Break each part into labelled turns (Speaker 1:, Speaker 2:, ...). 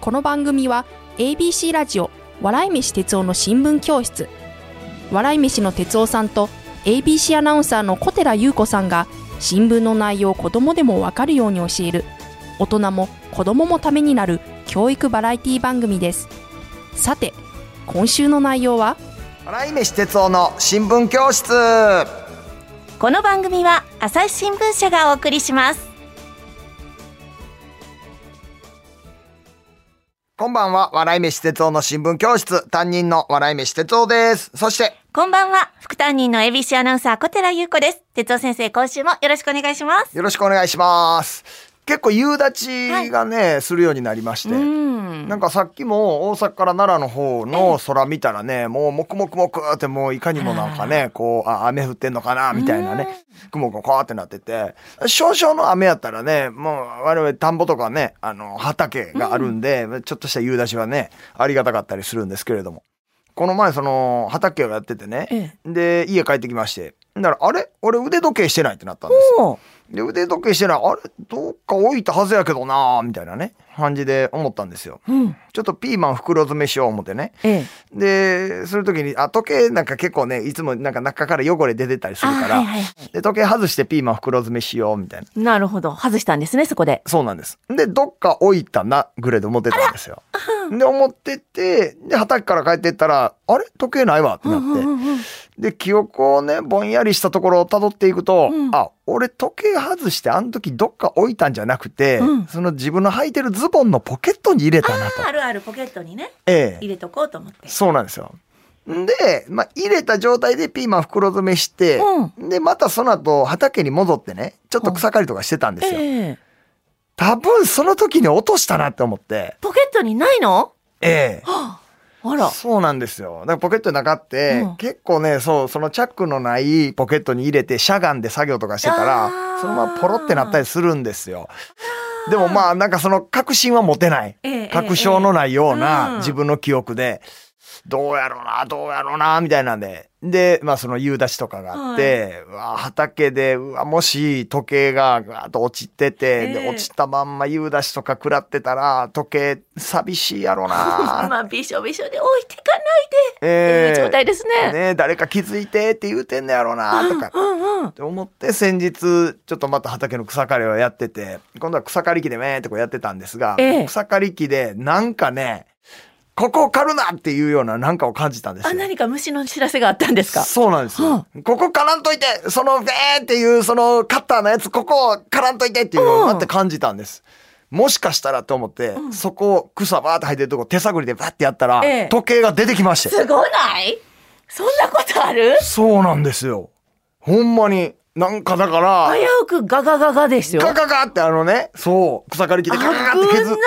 Speaker 1: この番組は ABC ラジオ笑い飯哲夫の新聞教室笑い飯の哲夫さんと ABC アナウンサーの小寺優子さんが新聞の内容を子供でもわかるように教える大人も子供もためになる教育バラエティ番組ですさて今週の内容は
Speaker 2: 笑い飯哲夫の新聞教室
Speaker 3: この番組は朝日新聞社がお送りします
Speaker 2: こんばんは笑い飯哲夫の新聞教室担任の笑い飯哲夫ですそして
Speaker 3: こんばんは副担任の ABC アナウンサー小寺優子です哲夫先生今週もよろしくお願いします
Speaker 2: よろしくお願いします結構夕立がね、するようになりまして
Speaker 3: うん
Speaker 2: なんかさっきも大阪から奈良の方の空見たらね、もうもくもくもくってもういかにもなんかね、こう、あ、雨降ってんのかな、みたいなね、雲がこうってなってて、少々の雨やったらね、もう我々田んぼとかね、あの、畑があるんで、ちょっとした夕立しはね、ありがたかったりするんですけれども。この前その畑をやっててね、で、家帰ってきまして、だから、あれ俺腕時計してないってなったんですよ
Speaker 3: お
Speaker 2: で、腕時計してない。あれどっか置いたはずやけどなぁみたいなね、感じで思ったんですよ。
Speaker 3: うん
Speaker 2: ちょっとピーマン袋詰めしよう思ってね。
Speaker 3: ええ
Speaker 2: で、するときに、あ、時計なんか結構ね、いつもなんか中から汚れ出てたりするから、
Speaker 3: あはいは
Speaker 2: で、時計外してピーマン袋詰めしようみたいな。
Speaker 3: なるほど外したんですねそこで
Speaker 2: そうなんです。で、どっか置いたな、ぐらいで思ってたんですよ。で、思ってて、で、畑から帰ってったら、あれ時計ないわってなって。で、記憶をね、ぼんやりしたところを辿っていくと、あ、俺時計外して、あの時どっか置いたんじゃなくて、
Speaker 3: うん
Speaker 2: その自分の履いてるズボンのポケットに入れたなと。
Speaker 3: あるあるポケットにね
Speaker 2: ええ。
Speaker 3: 入れとこうと思って
Speaker 2: そうなんですよ。で、まあ、入れた状態でピーマン袋詰めして、で、またその後畑に戻ってね、ちょっと草刈りとかしてたんですよ。
Speaker 3: ええ
Speaker 2: 多分その時に落としたなって思って、
Speaker 3: ポケットにないの
Speaker 2: ええ。
Speaker 3: あら
Speaker 2: そうなんですよ。だからポケットの中って、
Speaker 3: うん
Speaker 2: 結構ね、そう、そのチャックのないポケットに入れてしゃがんで作業とかしてた
Speaker 3: あ
Speaker 2: ら、
Speaker 3: ー
Speaker 2: そのままポロってなったりするんですよ。でもまあ、なんかその確信は持てない
Speaker 3: ええ。
Speaker 2: 確証のないよう
Speaker 3: ええうん
Speaker 2: な自分の記憶で、どうやろうな、どうやろうな、みたいなんで。で、まあその夕立とかがあって、うわ畑で、うわ、もし時計がガーッと落ちてて、
Speaker 3: ええ
Speaker 2: で、落ちたまんま夕立とか食らってたら、時計寂しいやろうな。
Speaker 3: まあびしょびしょで置いていかないで
Speaker 2: え
Speaker 3: っていう状態ですね
Speaker 2: ねえ誰か気づいてって言うてんのやろうな とか
Speaker 3: うんうん
Speaker 2: って思って先日ちょっとまた畑の草刈りをやってて今度は草刈り機でめーってこうやってたんですが、
Speaker 3: ええ
Speaker 2: 草刈り機でなんかねここを刈るなっていうようななんかを感じたんですよ。
Speaker 3: あ何か虫の知らせがあったんですか
Speaker 2: そうなんですよ。
Speaker 3: は
Speaker 2: ここからんといてそのベーっていうそのカッターのやつここをからんといてっていうのを
Speaker 3: うん
Speaker 2: 待って感じたんです。もしかしたらと思って、そこを草バーって入ってるとこ手探りでバッてやったら、
Speaker 3: ええ
Speaker 2: 時計が出てきまして。
Speaker 3: すごないそんなことある
Speaker 2: そうなんですよ。ほんまに。なんかだから、
Speaker 3: 危うくガガガガですよ
Speaker 2: ガガガってあのね、そう、草刈り機でガガガって
Speaker 3: 危
Speaker 2: 削
Speaker 3: な
Speaker 2: っ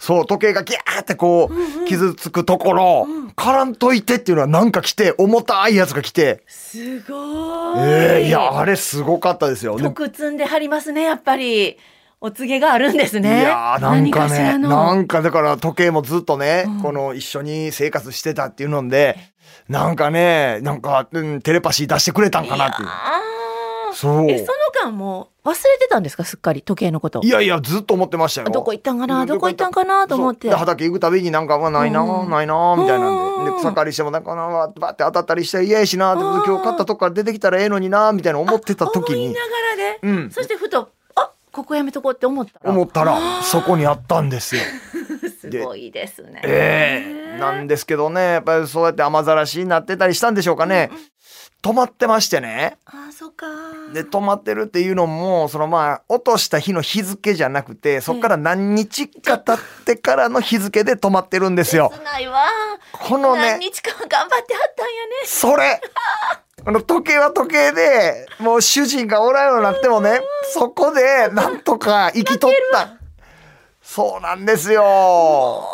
Speaker 2: そう、時計がギャーってこう、傷つくところ、からんといてっていうのはなんか来て、重たいやつが来て、
Speaker 3: すごい。
Speaker 2: ええいや、あれすごかったですよ。で
Speaker 3: 特積んで貼りますね、やっぱり。お告げがあるんです
Speaker 2: い
Speaker 3: ね。
Speaker 2: やーなんか
Speaker 3: 何しら
Speaker 2: ね、
Speaker 3: の
Speaker 2: なんかだから時計もずっとね、この一緒に生活してたっていうので、なんかね、なんか、うん、テレパシー出してくれたんかなっていう。
Speaker 3: あー
Speaker 2: そう。
Speaker 3: え、その間もう忘れてたんですか、すっかり時計のこと
Speaker 2: い。やいや、ずっと思ってましたよ。
Speaker 3: どこ行ったんかな、
Speaker 2: うん
Speaker 3: どこ行ったんかなと思っ
Speaker 2: そ
Speaker 3: て
Speaker 2: うで。畑行くたびになんか、わないな、
Speaker 3: うん
Speaker 2: ないな、みたいなんで。
Speaker 3: うん
Speaker 2: で、草刈りしてもなんかな、わバって当たったりして、イエーしな、で
Speaker 3: うん
Speaker 2: 今日買ったとこから出てきたらええのにな、みたいな思ってた時
Speaker 3: 思い
Speaker 2: に
Speaker 3: な、がらで、
Speaker 2: うん
Speaker 3: そしてふと、あ、ここやめとこうって思ったら。
Speaker 2: 思ったら、そこにあったんですよ。
Speaker 3: すごいですね。
Speaker 2: ええなんですけどね、やっぱりそうやって雨ざらしになってたりしたんでしょうかね。止まってましてね。
Speaker 3: あー、そっか。
Speaker 2: で、止まってるっていうのも、そのまあ、落とした日の日付じゃなくて、そっから何日か経ってからの日付で止まってるんですよ。
Speaker 3: 切ないわ。
Speaker 2: このね
Speaker 3: 何日間頑張ってはったんやね。
Speaker 2: それあの時計は時計で、もう主人がおらんようになってもね、そこでなんとか生きとった。そうなんですよ。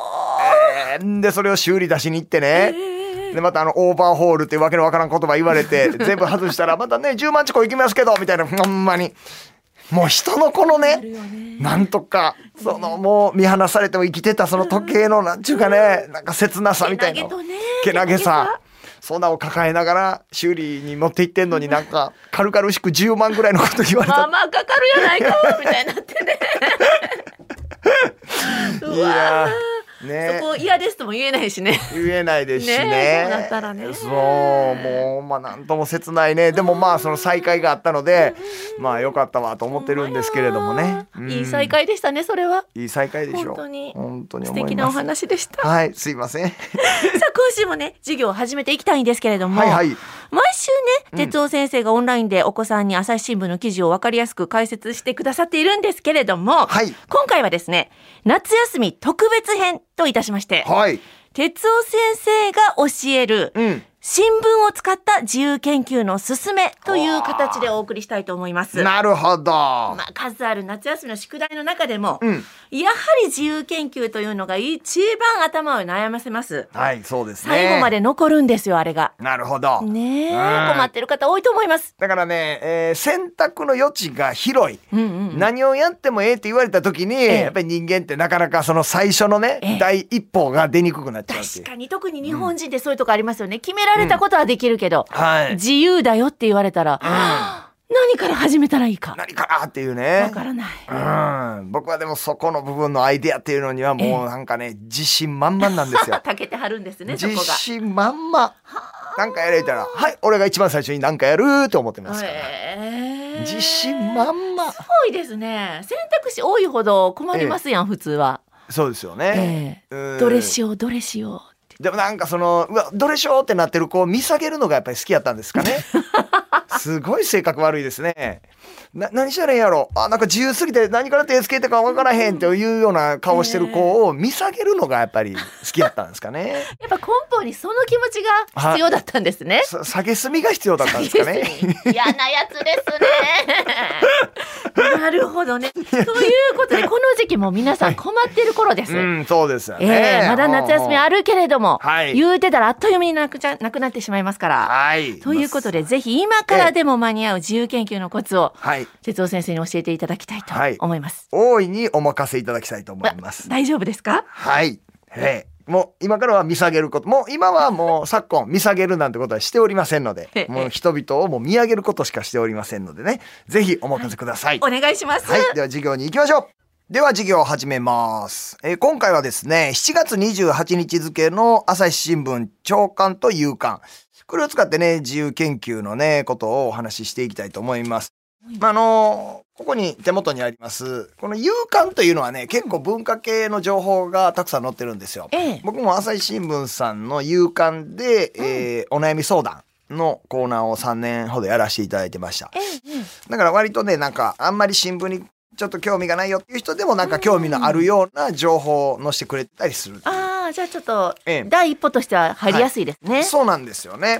Speaker 2: えーんで、それを修理出しに行ってね。で、またあの、オーバーホールっていうわけのわからん言葉言われて、全部外したら、またね、10万チコ行きますけど、みたいな、ほんまに。もう人のこのね、なんとか、その、もう見放されても生きてたその時計の、なんちゅうかね、なんか切なさみたいな。
Speaker 3: けなげとね
Speaker 2: けなげ
Speaker 3: けなげ
Speaker 2: さ。そんなを抱えながら修理に持って行ってんのになんか軽々しく10万ぐらいのこと言われ
Speaker 3: まあ
Speaker 2: た。
Speaker 3: まあかかるやないかみたいになってね。う
Speaker 2: いや
Speaker 3: わ
Speaker 2: ー
Speaker 3: ですとも言えないしね。
Speaker 2: 言えないですしね
Speaker 3: ねえそうなったらね
Speaker 2: そうもうまあなんとも切ないねでもまあその再会があったのでまあよかったわと思ってるんですけれどもね、うん
Speaker 3: いい再会でしたね、それは。
Speaker 2: いい再会でしょ
Speaker 3: 本当に
Speaker 2: 本当に
Speaker 3: 素
Speaker 2: 思
Speaker 3: 敵
Speaker 2: い
Speaker 3: なお
Speaker 2: ます
Speaker 3: 話でした。さ
Speaker 2: はいすいません
Speaker 3: あ、今週もね、授業を始めていきたいんですけれども、
Speaker 2: はいはい
Speaker 3: 毎週
Speaker 2: うん
Speaker 3: ね、哲夫先生がオンラインでお子さんに朝日新聞の記事をわかりやすく解説してくださっているんですけれども、
Speaker 2: はい
Speaker 3: 今回はですね、夏休み特別編といたしまして、
Speaker 2: はい
Speaker 3: 哲夫先生が教える、
Speaker 2: うん
Speaker 3: 新聞を使った自由研究のすすめという形でお送りしたいと思います。
Speaker 2: なるほど、
Speaker 3: まあ、数ある夏休みの宿題の中でも、
Speaker 2: うん
Speaker 3: やはり自由研究というのが一番頭を悩ませます。
Speaker 2: はいそうですね
Speaker 3: 最後まで残るんですよ、あれが。
Speaker 2: なるほど、
Speaker 3: ね
Speaker 2: う
Speaker 3: え、
Speaker 2: ん
Speaker 3: 困ってる方多いと思います。
Speaker 2: だからね、えー選択の余地が広い
Speaker 3: うんうん。
Speaker 2: 何をやってもええって言われた時に、
Speaker 3: え
Speaker 2: やっぱり人間ってなかなかその最初のね、
Speaker 3: ええ
Speaker 2: 第一歩が出にくくなっちゃうってい
Speaker 3: 確
Speaker 2: う。
Speaker 3: かに、特に日本人ってそういうとこありますよね。決められたことはできるけど、
Speaker 2: はい。うん、
Speaker 3: 自由だよって言われたら、何から始めたらいいか。
Speaker 2: 何かなっていうね
Speaker 3: わ。からない。
Speaker 2: うん、僕はでもそこの部分のアイデアっていうのにはもうなんかね、自信満々なん ですよ。
Speaker 3: たけてはるんですね、そ
Speaker 2: 自
Speaker 3: こが。
Speaker 2: 信満々。なんかやれたら、はい、俺が一番最初になんかやると思ってますから。
Speaker 3: ええ
Speaker 2: 自信満々。
Speaker 3: 多いですね。選択肢多いほど困りますやん、普通は。
Speaker 2: そうですよね。
Speaker 3: ええ
Speaker 2: うん
Speaker 3: どれしよう、どれしよう。
Speaker 2: でもなんかその、うわ、どれしようってなってる子を見下げるのがやっぱり好きやったんですか ね。すごい性格悪いですね。な、何したらいいんやろあ、なんか自由すぎて何から手つけてかわからへんというような顔してる子を見下げるのがやっぱり好きやったんですかね。
Speaker 3: やっぱ根本にその気持ちが必要だったんで すね。
Speaker 2: さ下げすみが必要だったんですかね。
Speaker 3: 嫌なやつ ですね。なるほどね。ということで、この時期も皆さん困ってる頃です。
Speaker 2: うん、そうですよね。
Speaker 3: ええまだ夏休みあ
Speaker 2: る。
Speaker 3: るけれども、
Speaker 2: はい
Speaker 3: 言うてたらあっという間になくちゃなくなってしまいますから。
Speaker 2: はい。
Speaker 3: ということで、ぜひ今からでも間に合う自由研究のコツを、
Speaker 2: はい。
Speaker 3: 哲夫先生に教えていただきたいと
Speaker 2: はい
Speaker 3: 思います。
Speaker 2: 大いにお任せいただきたいと思います。
Speaker 3: 大丈夫ですか
Speaker 2: はい。ええもう今からは見下げること、もう今はもう昨今見下げるなんてことはしておりませんので
Speaker 3: ええ、
Speaker 2: もう人々をもう見上げることしかしておりませんのでね、ぜひお任せください。
Speaker 3: お願いします。
Speaker 2: はい、では授業に行きましょう。では授業を始めます。えー今回はですね、7月28日付の朝日新聞朝刊と夕刊。これを使ってね、自由研究のね、ことをお話ししていきたいと思います。まあ、あのーここに手元にあります、この夕刊というのはね、結構文化系の情報がたくさん載ってるんですよ。
Speaker 3: ええ
Speaker 2: 僕も朝日新聞さんの夕刊で、えーお悩み相談のコーナーを3年ほどやらせていただいてました。だから割とね、なんか、あんまり新聞にちょっと興味がないよっていう人でも、なんか興味のあるような情報を載せてくれたりする。
Speaker 3: ああ、じゃあちょっと
Speaker 2: ええ、
Speaker 3: 第一歩としては入りやすいですね。
Speaker 2: そうなんですよね。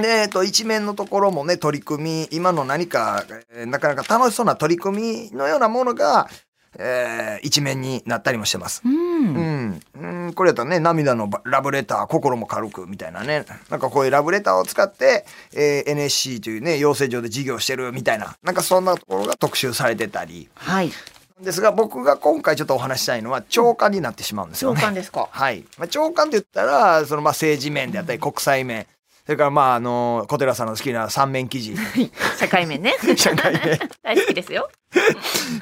Speaker 2: で、えっと、一面のところもね、取り組み、今の何か、えーなかなか楽しそうな取り組みのようなものが、えー一面になったりもしてます。
Speaker 3: うん
Speaker 2: うん、うん、これやったらね涙のばラブレター心も軽くみたいなねなんかこういうラブレターを使って、えー NSC というね養成所で授業してるみたいななんかそんなところが特集されてたり
Speaker 3: はい。
Speaker 2: ですが僕が今回ちょっとお話ししたいのは長官になってしまうんですよね。
Speaker 3: ですか。
Speaker 2: はいまあ、長官って言ったらそのまあ政治面であったり国際面それからまああの小寺さんの好きな三面記事
Speaker 3: 社会面ね。
Speaker 2: 社会面
Speaker 3: 大好きで すよ。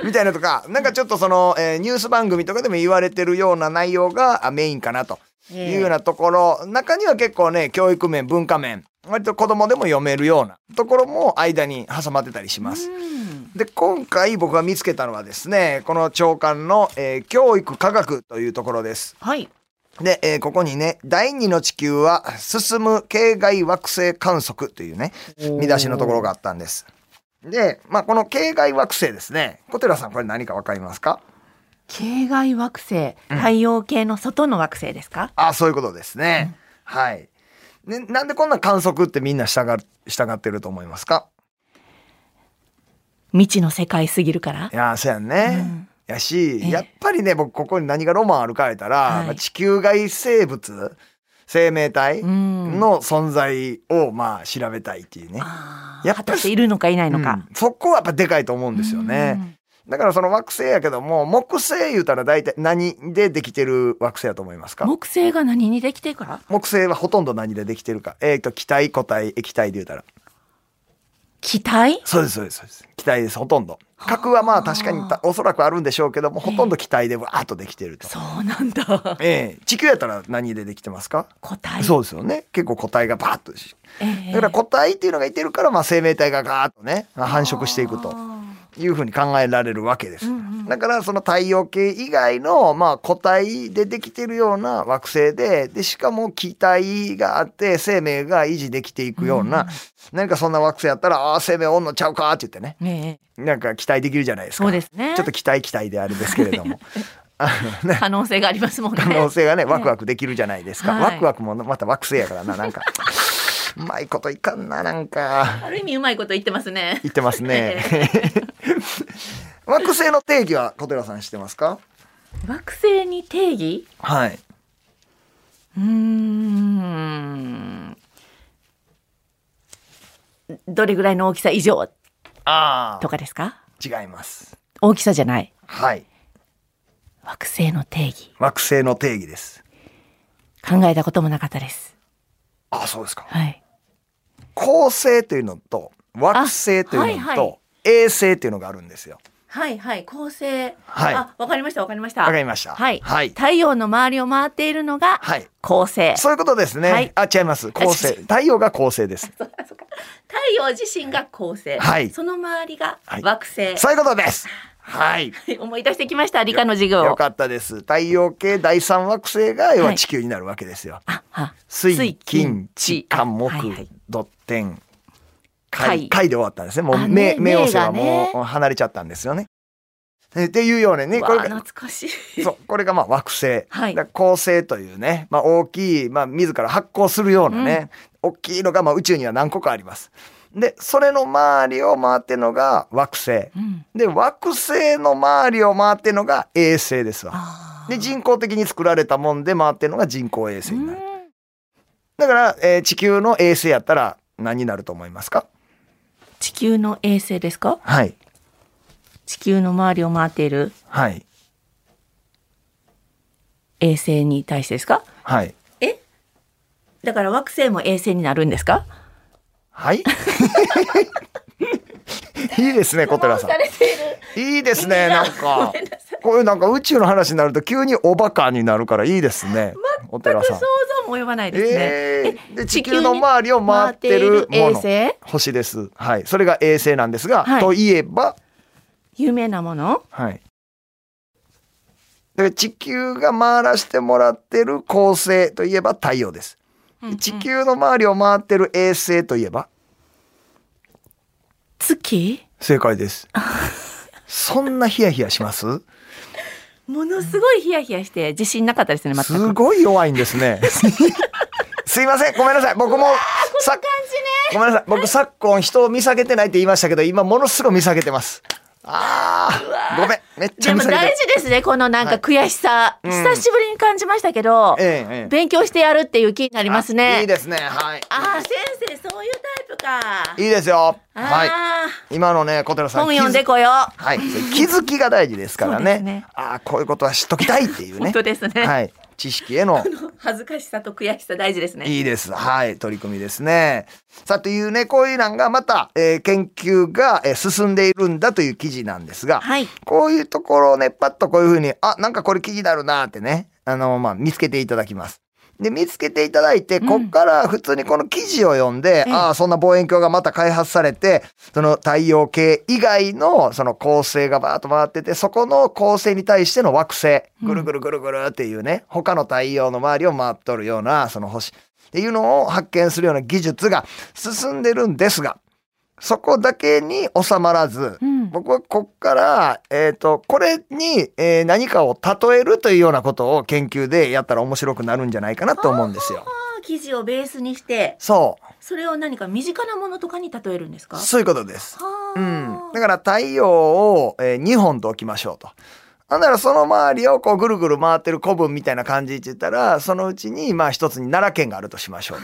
Speaker 2: みたいなとかなんかちょっとその、えーニュース番組とかでも言われてるような内容があメインかなと。
Speaker 3: ええ
Speaker 2: いうようなところ、中には結構ね、教育面、文化面、割と子供でも読めるようなところも間に挟まってたりします。
Speaker 3: うん
Speaker 2: で、今回僕が見つけたのはですね、この長官の、えー教育科学というところです。
Speaker 3: はい。
Speaker 2: で、えーここにね、第二の地球は進む系外惑星観測というね、見出しのところがあったんです。で、まあ、この系外惑星ですね。小寺さん、これ何かわかりますか
Speaker 3: 系外惑星、太陽系の外の惑星ですか。
Speaker 2: あ、そういうことですね。はい。ね、なんでこんな観測ってみんな従う従ってると思いますか
Speaker 3: 未知の世界すぎるから
Speaker 2: い。やー、そうやんね。やし、
Speaker 3: ええ
Speaker 2: やっぱりね、僕ここに何がロマンあるか言ったら、
Speaker 3: はい
Speaker 2: まあ地球外生物、生命体
Speaker 3: うん
Speaker 2: の存在をまあ調べたいっていうね。
Speaker 3: あ
Speaker 2: や
Speaker 3: あ、
Speaker 2: っぱ
Speaker 3: 果たしているのかいないの
Speaker 2: う
Speaker 3: か
Speaker 2: ん。そこはやっぱでかいと思うんですよね。だからその惑星やけども、木星言うたら大体何でできてる惑星やと思いますか
Speaker 3: 木星が何にできてるから。
Speaker 2: 木星はほとんど何でできてるか。えっ、と、気体、固体、液体で言うたら。
Speaker 3: 期待
Speaker 2: そうですそうですそうです期待ですほとんど核はまあ確かにたおそらくあるんでしょうけどもほとんど期待でわーっとできてると、
Speaker 3: そうなんだ。
Speaker 2: ええ地球やったら何でできてますか
Speaker 3: 個体。
Speaker 2: そうですよね結構個体がバーッとし
Speaker 3: ええ
Speaker 2: だから個体っていうのがいてるから、まあ、生命体がガーッとねまあ繁殖していくと
Speaker 3: あ
Speaker 2: いうふうに考えられるわけです、
Speaker 3: うんうん
Speaker 2: だからその太陽系以外の、まあ、個体でできてるような惑星ででしかも気体があって生命が維持できていくような、何かそんな惑星やったら「ああー生命おんのちゃうか」って言ってね
Speaker 3: ーねえ
Speaker 2: なんか期待できるじゃないですか
Speaker 3: そうですね。
Speaker 2: ちょっと期待期待であれですけれど も
Speaker 3: 可能性がありますもんね。
Speaker 2: 可能性がねワクワクできるじゃないですか、
Speaker 3: はい
Speaker 2: ワクワクもまた惑星やからななんかうまいこといかんななんか
Speaker 3: ある意味うまいこと言ってますね。
Speaker 2: 言ってますね惑星の定義は小寺さん知ってますか
Speaker 3: 惑星に定義
Speaker 2: はい。
Speaker 3: うーん。どれぐらいの大きさ以上
Speaker 2: あ
Speaker 3: とかですか
Speaker 2: 違います。
Speaker 3: 大きさじゃない。
Speaker 2: はい。
Speaker 3: 惑星の定義。
Speaker 2: 惑星の定義です。
Speaker 3: 考えたこともなかったです。
Speaker 2: あ、そうですか。
Speaker 3: はい。
Speaker 2: 恒星というのと惑星というの
Speaker 3: あはいは
Speaker 2: と衛星というのがあるんですよ。
Speaker 3: はいはい。恒星。
Speaker 2: はい
Speaker 3: あ、わかりましたわかりました。
Speaker 2: わかりました。
Speaker 3: はい。
Speaker 2: はい。
Speaker 3: 太陽の周りを回っているのが
Speaker 2: はい。
Speaker 3: 恒星。
Speaker 2: そういうことですね。
Speaker 3: はい
Speaker 2: あ、違います。恒
Speaker 3: あ
Speaker 2: 星。
Speaker 3: 違う違う
Speaker 2: 太陽が恒星です。
Speaker 3: そうかそうか太陽自身が恒星。
Speaker 2: はい
Speaker 3: その周りが
Speaker 2: はい
Speaker 3: 惑星。
Speaker 2: そういうことです。はい。
Speaker 3: 思い出してきました理科の授業。
Speaker 2: よかったです。太陽系第三惑星が要
Speaker 3: は
Speaker 2: はい地球になるわけですよ。
Speaker 3: あは
Speaker 2: 水金地火木
Speaker 3: はいはい
Speaker 2: 土天
Speaker 3: 海
Speaker 2: 海海で終わったんですねもう
Speaker 3: あ
Speaker 2: 冥
Speaker 3: ね
Speaker 2: 冥王星は
Speaker 3: 冥がね
Speaker 2: もう離れちゃったんですよね。えっていうようにねこ
Speaker 3: わあ
Speaker 2: れが
Speaker 3: 懐かしい。
Speaker 2: そうこれがまあ惑星、
Speaker 3: はい
Speaker 2: だ恒星というね、まあ、大きい、まあ、自ら発光するようなね、大きいのがまあ宇宙には何個かあります。でそれの周りを回ってるのが惑星
Speaker 3: うん。
Speaker 2: で惑星の周りを回ってるのが衛星ですわ。
Speaker 3: あー
Speaker 2: で人工的に作られたもんで回ってるのが人工衛星
Speaker 3: う
Speaker 2: に
Speaker 3: ん
Speaker 2: なる。だから、えー地球の衛星やったら何になると思いますか
Speaker 3: 地球の衛星ですか？
Speaker 2: はい。
Speaker 3: 地球の周りを回っている
Speaker 2: はい。
Speaker 3: 衛星に対してですか？
Speaker 2: はい。
Speaker 3: え？だから惑星も衛星になるんですか？
Speaker 2: はい いいですね、小寺さ
Speaker 3: されている。
Speaker 2: ん。いいですね、
Speaker 3: 意味が
Speaker 2: なんか
Speaker 3: ごめんなさ。
Speaker 2: こういうなんか宇宙の話になると急におバカになるからいいですね、小
Speaker 3: 全
Speaker 2: 寺
Speaker 3: く
Speaker 2: さ
Speaker 3: 想
Speaker 2: ん。
Speaker 3: 像も及ばないですね。
Speaker 2: えー、で
Speaker 3: 地
Speaker 2: 地
Speaker 3: 球に
Speaker 2: 球の周りを回ってるも
Speaker 3: 回っている衛
Speaker 2: の
Speaker 3: 星
Speaker 2: 星です。はい、それが衛星なんですが、
Speaker 3: はい
Speaker 2: といえば、
Speaker 3: 有名なもの？
Speaker 2: はい。だから地球が回らしてもらってる恒星といえば太陽です。地球の周りを回ってる衛星といえば
Speaker 3: 月？
Speaker 2: 正解 です。そんなヒヤヒヤします
Speaker 3: ものすごいヒヤヒヤして自信なかったですね全く。
Speaker 2: すごい弱いんです ね。すいません、ごめんなさい。僕も、さごめんなさい。僕、昨今、人を見下げてないって言いましたけど、今、ものすごい見下げてます。あー、ごめん。めっち
Speaker 3: で
Speaker 2: ゃ見
Speaker 3: も
Speaker 2: 下げて
Speaker 3: 大事ですねこのなんか悔しさ、
Speaker 2: うん
Speaker 3: 久しぶりに感じましたけど、
Speaker 2: ええええ
Speaker 3: 勉強してやるっていう気になりますね。
Speaker 2: あいいですね。はい。
Speaker 3: ああ先生そういうタイプか。
Speaker 2: いいですよ。はい。
Speaker 3: あ
Speaker 2: 今のね、小寺
Speaker 3: あ
Speaker 2: さん。
Speaker 3: 本読んでこよう。
Speaker 2: はい。気づきが大事ですから
Speaker 3: そうで
Speaker 2: ね。
Speaker 3: すね
Speaker 2: ああ、こういうことは知っときたいっていうね。
Speaker 3: 本当ですね
Speaker 2: はい。知識への
Speaker 3: 恥ずかしさと悔しさ大事ですね。
Speaker 2: いいです。はい。取り組みですね。さあ、というね、こういうなんがまた、えー研究が、えー進んでいるんだという記事なんですが、
Speaker 3: はい
Speaker 2: こういうところをね、パッとこういうふうに、あ、なんかこれ記事になるなーってね、あの、まあ、見つけていただきます。で、見つけていただいて、こっから普通にこの記事を読んで、
Speaker 3: ええ
Speaker 2: ああ、そんな望遠鏡がまた開発されて、その太陽系以外のその恒星がバーッと回ってて、そこの恒星に対しての惑星、ぐるぐるぐるぐるっていうね、他の太陽の周りを回っとるような、その星っていうのを発見するような技術が進んでるんですが、そこだけに収まらず、
Speaker 3: うん
Speaker 2: 僕はこっから、えっとこれに、えー何かを例えるというようなことを研究でやったら面白くなるんじゃないかなと思うんですよ
Speaker 3: あ。あ記事をベースにして
Speaker 2: そ
Speaker 3: それを何か身近なものとかに例えるんです
Speaker 2: う
Speaker 3: か。
Speaker 2: そういうことです。
Speaker 3: はあ
Speaker 2: うん、だから太陽を、え2本と置きましょうと。なんだらその周りをこうぐるぐる回ってる古文みたいな感じって言ったらそのうちにまあ一つに奈良県があるとしましょう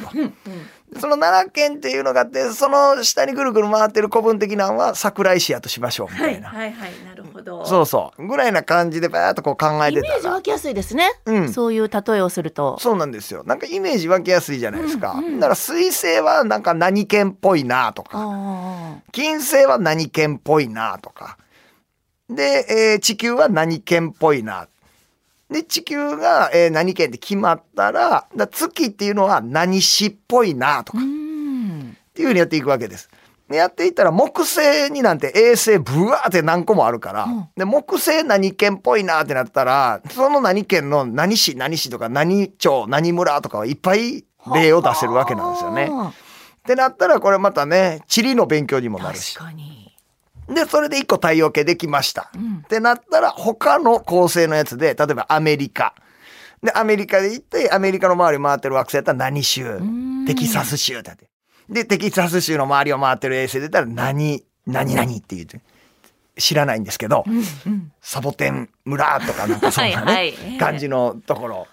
Speaker 2: と。その奈良県っていうのがあってその下にぐるぐる回ってる古文的なのは桜井市やとしましょうみた
Speaker 3: はいい
Speaker 2: な、
Speaker 3: はいはいなるほど。
Speaker 2: そうそうぐらいな感じでバーっとこう考え
Speaker 3: イ
Speaker 2: て
Speaker 3: メ
Speaker 2: た
Speaker 3: ージ
Speaker 2: ら
Speaker 3: 湧きやすいですね。
Speaker 2: うん
Speaker 3: そういう例えをすると。
Speaker 2: そうなんですよなんかイメージ湧きやすいじゃないですか、
Speaker 3: うんうん
Speaker 2: だから水星はなんか何県っぽいなとか
Speaker 3: あ
Speaker 2: 金星は何県っぽいなとかで、えー地球は何県っぽいなで地球が、えー何県って決まったらだから月っていうのは何市っぽいなと
Speaker 3: あ。
Speaker 2: か
Speaker 3: う
Speaker 2: っ
Speaker 3: ん。
Speaker 2: ていうふうにやっていくわけです。でやっていったら木星になんて衛星ブワーって何個もあるから、
Speaker 3: うん
Speaker 2: で木星何県っぽいなってなったらその何県の何市何市とか何町何村とかはいっぱい例を出せるわけなんですよね。っ
Speaker 3: あ
Speaker 2: てなったらこれまたね地理の勉強にも
Speaker 3: ー
Speaker 2: なるし
Speaker 3: 確かに。
Speaker 2: でそれで1個太陽系できました、
Speaker 3: ん
Speaker 2: ってなったら他の構成のやつで例えばアメリカでアメリカで行ってアメリカの周り回ってる惑星やったら何州
Speaker 3: ん
Speaker 2: テキサス州だってでテキサス州の周りを回ってる衛星で言ったら何何々って言うて知らないんですけど、サボテン村とかなんかそんなね
Speaker 3: はいはい
Speaker 2: 感じのところ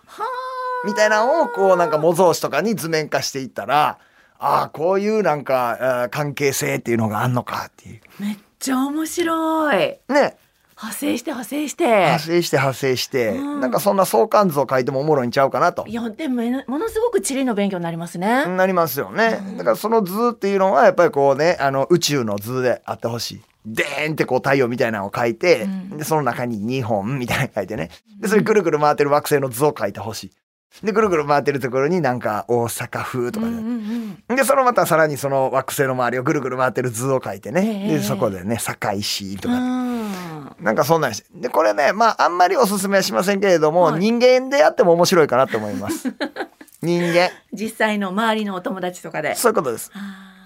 Speaker 2: みたいなのをこうなんか模造紙とかに図面化していったらああこういうなんかえー関係性っていうのがあんのかっていう。
Speaker 3: めっちゃ面白い。
Speaker 2: ね
Speaker 3: 派生して派生して
Speaker 2: 派。生して派生して、
Speaker 3: うん
Speaker 2: なんかそんな相関図を書いてもおもろいんちゃうかなと
Speaker 3: い。やでもものすごく地理の勉強になりますね。
Speaker 2: なりますよね。だからその図っていうのはやっぱりこうねあの宇宙の図であってほしい。でーんってこう太陽みたいなのを書いて、
Speaker 3: うん
Speaker 2: でその中に2本みたいなの書いてねでそれぐるぐる回ってる惑星の図を書いてほしい。でぐるぐる回ってるところになんか大阪風と
Speaker 3: うん
Speaker 2: か
Speaker 3: う
Speaker 2: で,、
Speaker 3: んうん。
Speaker 2: でそのまたさらにその惑星の周りをぐるぐる回ってる図を書いてね、
Speaker 3: ええ
Speaker 2: でそこでね堺市とか、
Speaker 3: うん
Speaker 2: なんかそんなんして。で、これね、まあ、あんまりおすすめはしませんけれども、
Speaker 3: はい
Speaker 2: 人間でやっても面白いかなと思い ます。人間。
Speaker 3: 実際の周りのお友達とかで。
Speaker 2: そういうことです。
Speaker 3: あ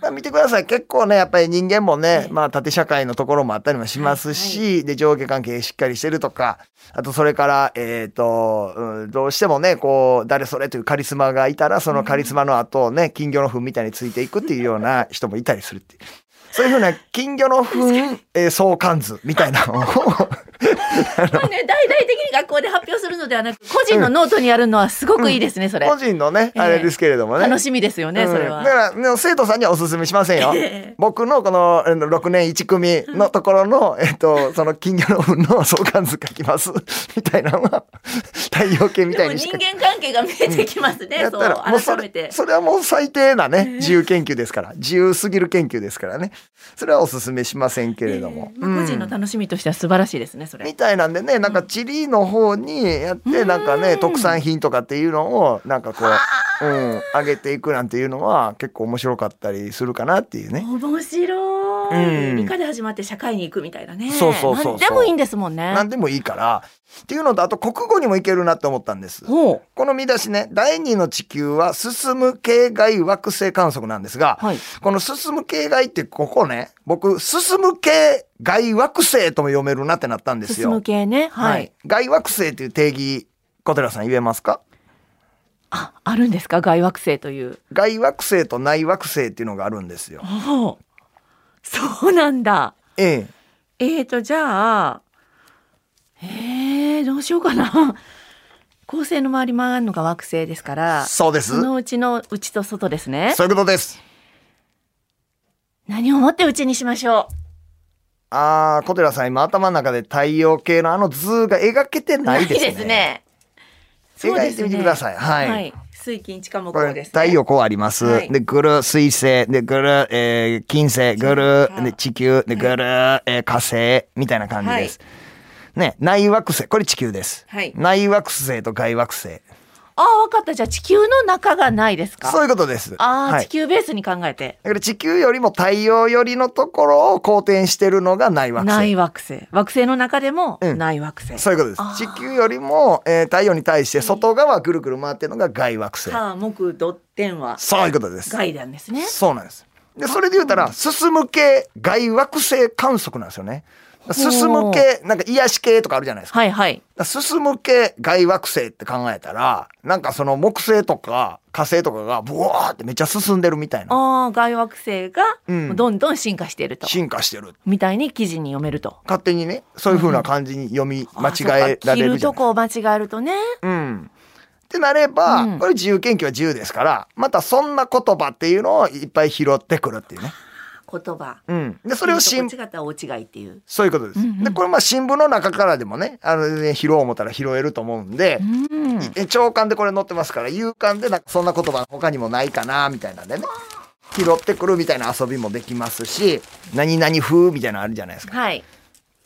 Speaker 2: まあ、見てください。結構ね、やっぱり人間も
Speaker 3: は
Speaker 2: ね
Speaker 3: い、
Speaker 2: まあ、縦社会のところもあったりもしますし、で、上下関係しっかりしてるとか、あと、それから、えっ、と、うんどうしてもね、こう、誰それというカリスマがいたら、そのカリスマの後をね、金魚の糞みたいについていくっていうような人もいたりするっていう。そういうふうな金魚の糞、えー相関図みたいなのを
Speaker 3: ーこれね大々的に学校で発表するのではなく個人のノートにやるのはすごくいいですねそれ。
Speaker 2: 個人のね、あれですけれどもね。
Speaker 3: 楽しみですよね、それ
Speaker 2: う
Speaker 3: は
Speaker 2: んだ。から、ね、生徒さんにはお勧めしませんよ
Speaker 3: ええ。
Speaker 2: 僕のこのあの6年1組のところの、えっと、その金魚の運の相関図書きます。 みたいなのは、 太陽系みた
Speaker 3: で
Speaker 2: い
Speaker 3: も
Speaker 2: にし
Speaker 3: 人
Speaker 2: か
Speaker 3: 間関係が見えてきますね、そう
Speaker 2: もうそ
Speaker 3: 改め
Speaker 2: れ
Speaker 3: て。
Speaker 2: それはもう最低なね、自由研究ですから、自由すぎる研究ですからね。それはお勧めしませんけれども。
Speaker 3: えーまあ個人
Speaker 2: うん
Speaker 3: の楽しみとしては素晴らしいですね、それ。
Speaker 2: みたいなんでね、なんかチリの方にやって、なんかね、特産品とかっていうのを、なんかこう、うん、上げていくなんていうのは結構面白かったりするかなっていうね。
Speaker 3: 面白い、
Speaker 2: うん
Speaker 3: 理科で始まって社会に行くみたいなね
Speaker 2: そうそうそうそう
Speaker 3: なんでもいいんですもんね
Speaker 2: なんでもいいから。っていうのと、あと国語にもいけるなって思ったんです。
Speaker 3: ほう
Speaker 2: この見出しね、第二の地球は進む系外惑星観測なんですが、
Speaker 3: はい
Speaker 2: この進む系外ってここね、僕、進む系外惑星とも読めるなってなったんです
Speaker 3: 進
Speaker 2: よ。
Speaker 3: む系ねはい、
Speaker 2: 外惑星っていう定義、小寺さん言えますか
Speaker 3: ああるんですか外惑星という
Speaker 2: 外惑星と内惑星っていうのがあるんですよ。
Speaker 3: ほうそうなんだ
Speaker 2: ええ。
Speaker 3: えーとじゃあえー、どうしようかな 恒星の周り回るのが惑星ですから
Speaker 2: そうです。
Speaker 3: そのうちの内と外ですね
Speaker 2: そういうことです。
Speaker 3: 何をもって内にしましょ
Speaker 2: ああ、小寺さん今頭の中で太陽系のあの図が描けて
Speaker 3: う
Speaker 2: ないですね。
Speaker 3: そうで
Speaker 2: 描
Speaker 3: すね
Speaker 2: いてみてください。はい。
Speaker 3: はい、水金地下木
Speaker 2: こ
Speaker 3: こ
Speaker 2: れ、
Speaker 3: です、ね、
Speaker 2: 太陽こうあります。
Speaker 3: はい
Speaker 2: で、ぐる、水星、で、ぐる、えー金星、ぐる
Speaker 3: そ、うか
Speaker 2: で、地球、で、ぐる、えー火星、みたいな感じです。ね、内惑星、これ地球です。
Speaker 3: はい
Speaker 2: 内惑星と外惑星。
Speaker 3: ああ、わかった。じゃあ地球の中がないですか
Speaker 2: そういうことです。
Speaker 3: ああ、
Speaker 2: はい
Speaker 3: 地球ベースに考えて。
Speaker 2: だから地球よりも太陽よりのところを公転してるのが内惑星。
Speaker 3: ない惑星。惑星の中でも
Speaker 2: うん
Speaker 3: ない惑星。
Speaker 2: そういうことで
Speaker 3: あー
Speaker 2: す。地球よりも、えー太陽に対して外側ぐるぐる回ってるのが外惑星。
Speaker 3: 火、木、土、天は
Speaker 2: そういうことです。
Speaker 3: 外なんですね。
Speaker 2: そうなんです。で、それで言うたら、進む系外惑星観測なんですよね。進む系なんか癒し系とかあるじゃないですか
Speaker 3: はいはい。
Speaker 2: だから進む系外惑星って考えたらなんかその木星とか火星とかがブワーってめっちゃ進んでるみたいな
Speaker 3: ああ、外惑星が
Speaker 2: うん
Speaker 3: どんどん進化していると。
Speaker 2: 進化してる
Speaker 3: みたいに記事に読めると。
Speaker 2: 勝手にねそういう風な感じに読み間違えられ
Speaker 3: あそうか着
Speaker 2: るじゃない
Speaker 3: ると
Speaker 2: ですか。
Speaker 3: こを間違えるとね。
Speaker 2: うんってなれば、
Speaker 3: うん
Speaker 2: これ自由研究は自由ですからまたそんな言葉っていうのをいっぱい拾ってくるっていうね。
Speaker 3: 言葉。
Speaker 2: うん、でそれを新
Speaker 3: 違ったら大違いっていう。
Speaker 2: そういうことです。
Speaker 3: うんうん
Speaker 2: でこれまあ新聞の中からでもねあの、ね、拾おう思ったら拾えると思うんで、
Speaker 3: うん。
Speaker 2: え長官でこれ載ってますから有官でなんかそんな言葉他にもないかなみたいなんでね拾ってくるみたいな遊びもできますし何々風みたいなのあるじゃないですか
Speaker 3: はい。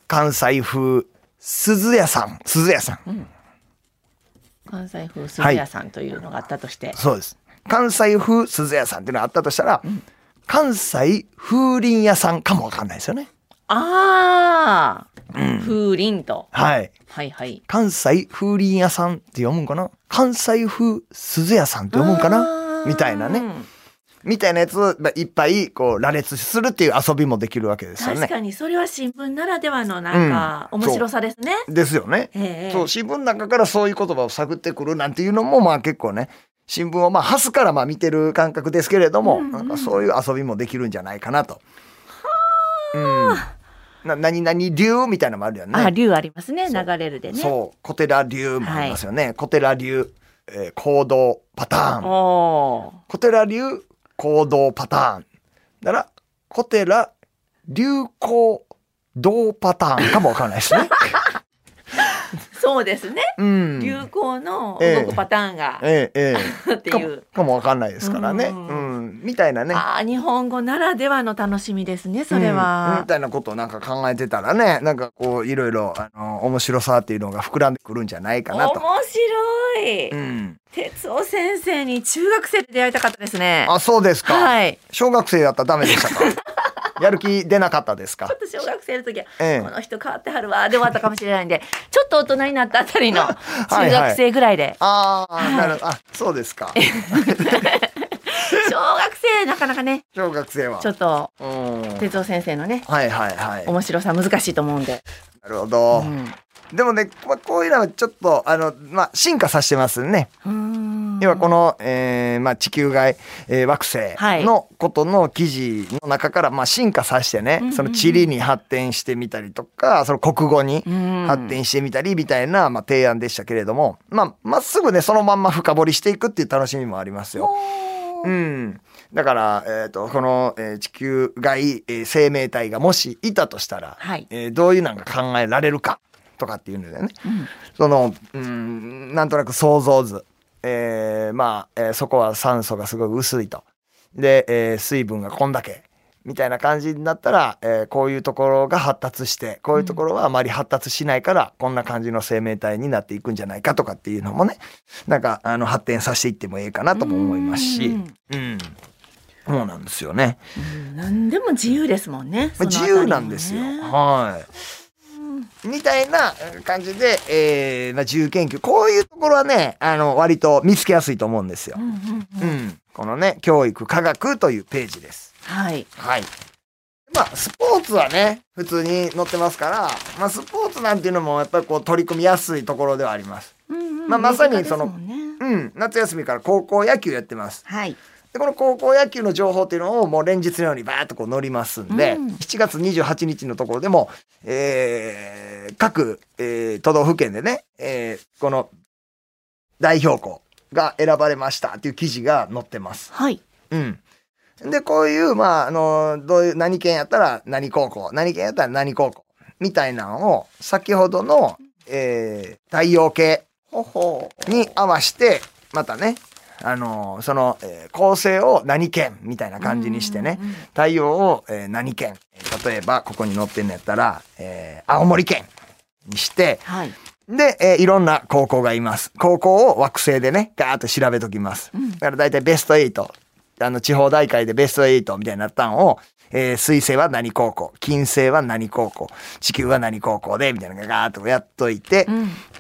Speaker 2: 関西風鈴屋さん鈴屋さん、
Speaker 3: 関西風鈴屋さんというのがあったとして。
Speaker 2: そうです関西風鈴屋さんっていうのがあったとしたら、関西風鈴屋さんかもわかんないですよね
Speaker 3: ああ、風鈴と。
Speaker 2: はい
Speaker 3: はいはい。
Speaker 2: 関西風鈴屋さんって読むんかな関西風鈴屋さんって読むんかな
Speaker 3: あー
Speaker 2: みたいなねみたいなやつをまあいっぱいこう羅列するっていう遊びもできるわけですよ
Speaker 3: 確
Speaker 2: ね。
Speaker 3: かにそれは新聞ならではのなんか
Speaker 2: うん
Speaker 3: 面白さですね。
Speaker 2: ですよね。
Speaker 3: ええ
Speaker 2: そう新聞の中からそういう言葉を探ってくるなんていうのもまあ結構ね新聞をまあハスからまあ見てる感覚ですけれども、なんかそういう遊びもできるんじゃないかなと。うん、な何々流みたいなのもあるよね。
Speaker 3: あ、竜ありますね。流れるでね。
Speaker 2: そう小寺流もありますよね。小寺流、えー行動パターン。
Speaker 3: おー
Speaker 2: 小寺流行動パターンなら小寺流行動パターンかもわからないです ね。
Speaker 3: そうですね。
Speaker 2: うん。
Speaker 3: 流行の
Speaker 2: ええ
Speaker 3: 動くパターンが、
Speaker 2: えええ
Speaker 3: っ
Speaker 2: え。
Speaker 3: てい
Speaker 2: か
Speaker 3: う
Speaker 2: も。かもわかんないですからね。
Speaker 3: う
Speaker 2: うんん、みたいなね。
Speaker 3: ああ、日本語ならではの楽しみですね。それ
Speaker 2: うん
Speaker 3: は
Speaker 2: み。たいなことをなんか考えてたらね、なんかこういろいろあの面白さっていうのが膨らんでくるんじゃないかな
Speaker 3: 面
Speaker 2: と。
Speaker 3: 白い、
Speaker 2: うん。
Speaker 3: 哲夫先生に中学生で出会いたかったですね。
Speaker 2: あ、そうですか。
Speaker 3: はい。
Speaker 2: 小学生だったらダメでした か。やる気出なかったですか。
Speaker 3: 小学生の時は、
Speaker 2: ええ
Speaker 3: この人変わってはるわで終わったかもしれないんでちょっと大人になったあたりの
Speaker 2: いは
Speaker 3: 中
Speaker 2: い
Speaker 3: 学生ぐらいで
Speaker 2: ああ、なるほど。あ、そうですか。
Speaker 3: 小学生なかなかね
Speaker 2: 小学生は。
Speaker 3: ちょっと
Speaker 2: うん。
Speaker 3: 哲夫先生のね
Speaker 2: はいはいはい。
Speaker 3: 面白さ難しいと思うんで、
Speaker 2: なるほど。でもね、まあ、こういうのはちょっと、あの、まあ、進化させてますね。
Speaker 3: うん、
Speaker 2: 要はこの、えーまあ、地球外、えー惑
Speaker 3: はい
Speaker 2: 星のことの記事の中から、まあ、進化させてね、
Speaker 3: うんうん
Speaker 2: その地理に発展してみたりとか、その国語に
Speaker 3: うん
Speaker 2: 発展してみたりみたいな、まあ、提案でしたけれども、まあ、まっすぐね、そのまんま深掘りしていくっていう楽しみもありますよ。うん、だから、えー、とこの、えー地球外、えー生命体がもしいたとしたら、
Speaker 3: はい
Speaker 2: えーどういうなんか考えられるかとかっていうのでね、その、うん、なんとなく想像図、えーまあ、えーそこは酸素がすごく薄いとで、えー水分がこんだけみたいな感じになったら、えーこういうところが発達してこういうところはあまり発達しないから、こんな感じの生命体になっていくんじゃないかとかっていうのもねなんかあの発展させていってもいいかなとも思いますし。
Speaker 3: うん
Speaker 2: うん。そうなんですよね。
Speaker 3: 何でも自由ですもんね
Speaker 2: まあ自由なんですよ。
Speaker 3: そのあたりもね
Speaker 2: はい。みたいな感じで、えー、まあ自由研究。こういうところはね、あの、割と見つけやすいと思うんですよ
Speaker 3: う。んうんうん
Speaker 2: うん。このね、教育科学というページです。
Speaker 3: はい
Speaker 2: はい。まあ、スポーツはね、普通に載ってますから、まあ、スポーツなんていうのも、やっぱりこう、取り組みやすいところではあります。
Speaker 3: うんうん
Speaker 2: まあまさにその
Speaker 3: 身近ですもんね
Speaker 2: うん。夏休みから高校野球やってます。
Speaker 3: はい
Speaker 2: でこの高校野球の情報っていうのをもう連日のようにバーッとこう載りますんで、
Speaker 3: うん
Speaker 2: 7月28日のところでも、えー各、えー都道府県でね、えーこの代表校が選ばれましたっていう記事が載ってます。
Speaker 3: はい
Speaker 2: うん。で、こういう、まあ、あの、どういう、何県やったら何高校、何県やったら何高校、みたいなのを、先ほどの、えー、太陽系に合わして、またね、あの、その、えー構成を何県みたいな感じにしてね
Speaker 3: うんうんうん、
Speaker 2: 太陽を、えー何県、例えば、ここに載ってんのやったら、えー青森県にして、
Speaker 3: はい
Speaker 2: で、えーいろんな高校がいます。高校を惑星でね、ガーッと調べときます。だから大体ベスト8、あの、地方大会でベスト8みたいになったのを、えー水星は何高校、金星は何高校、地球は何高校で、みたいなのがガーッとやっといて、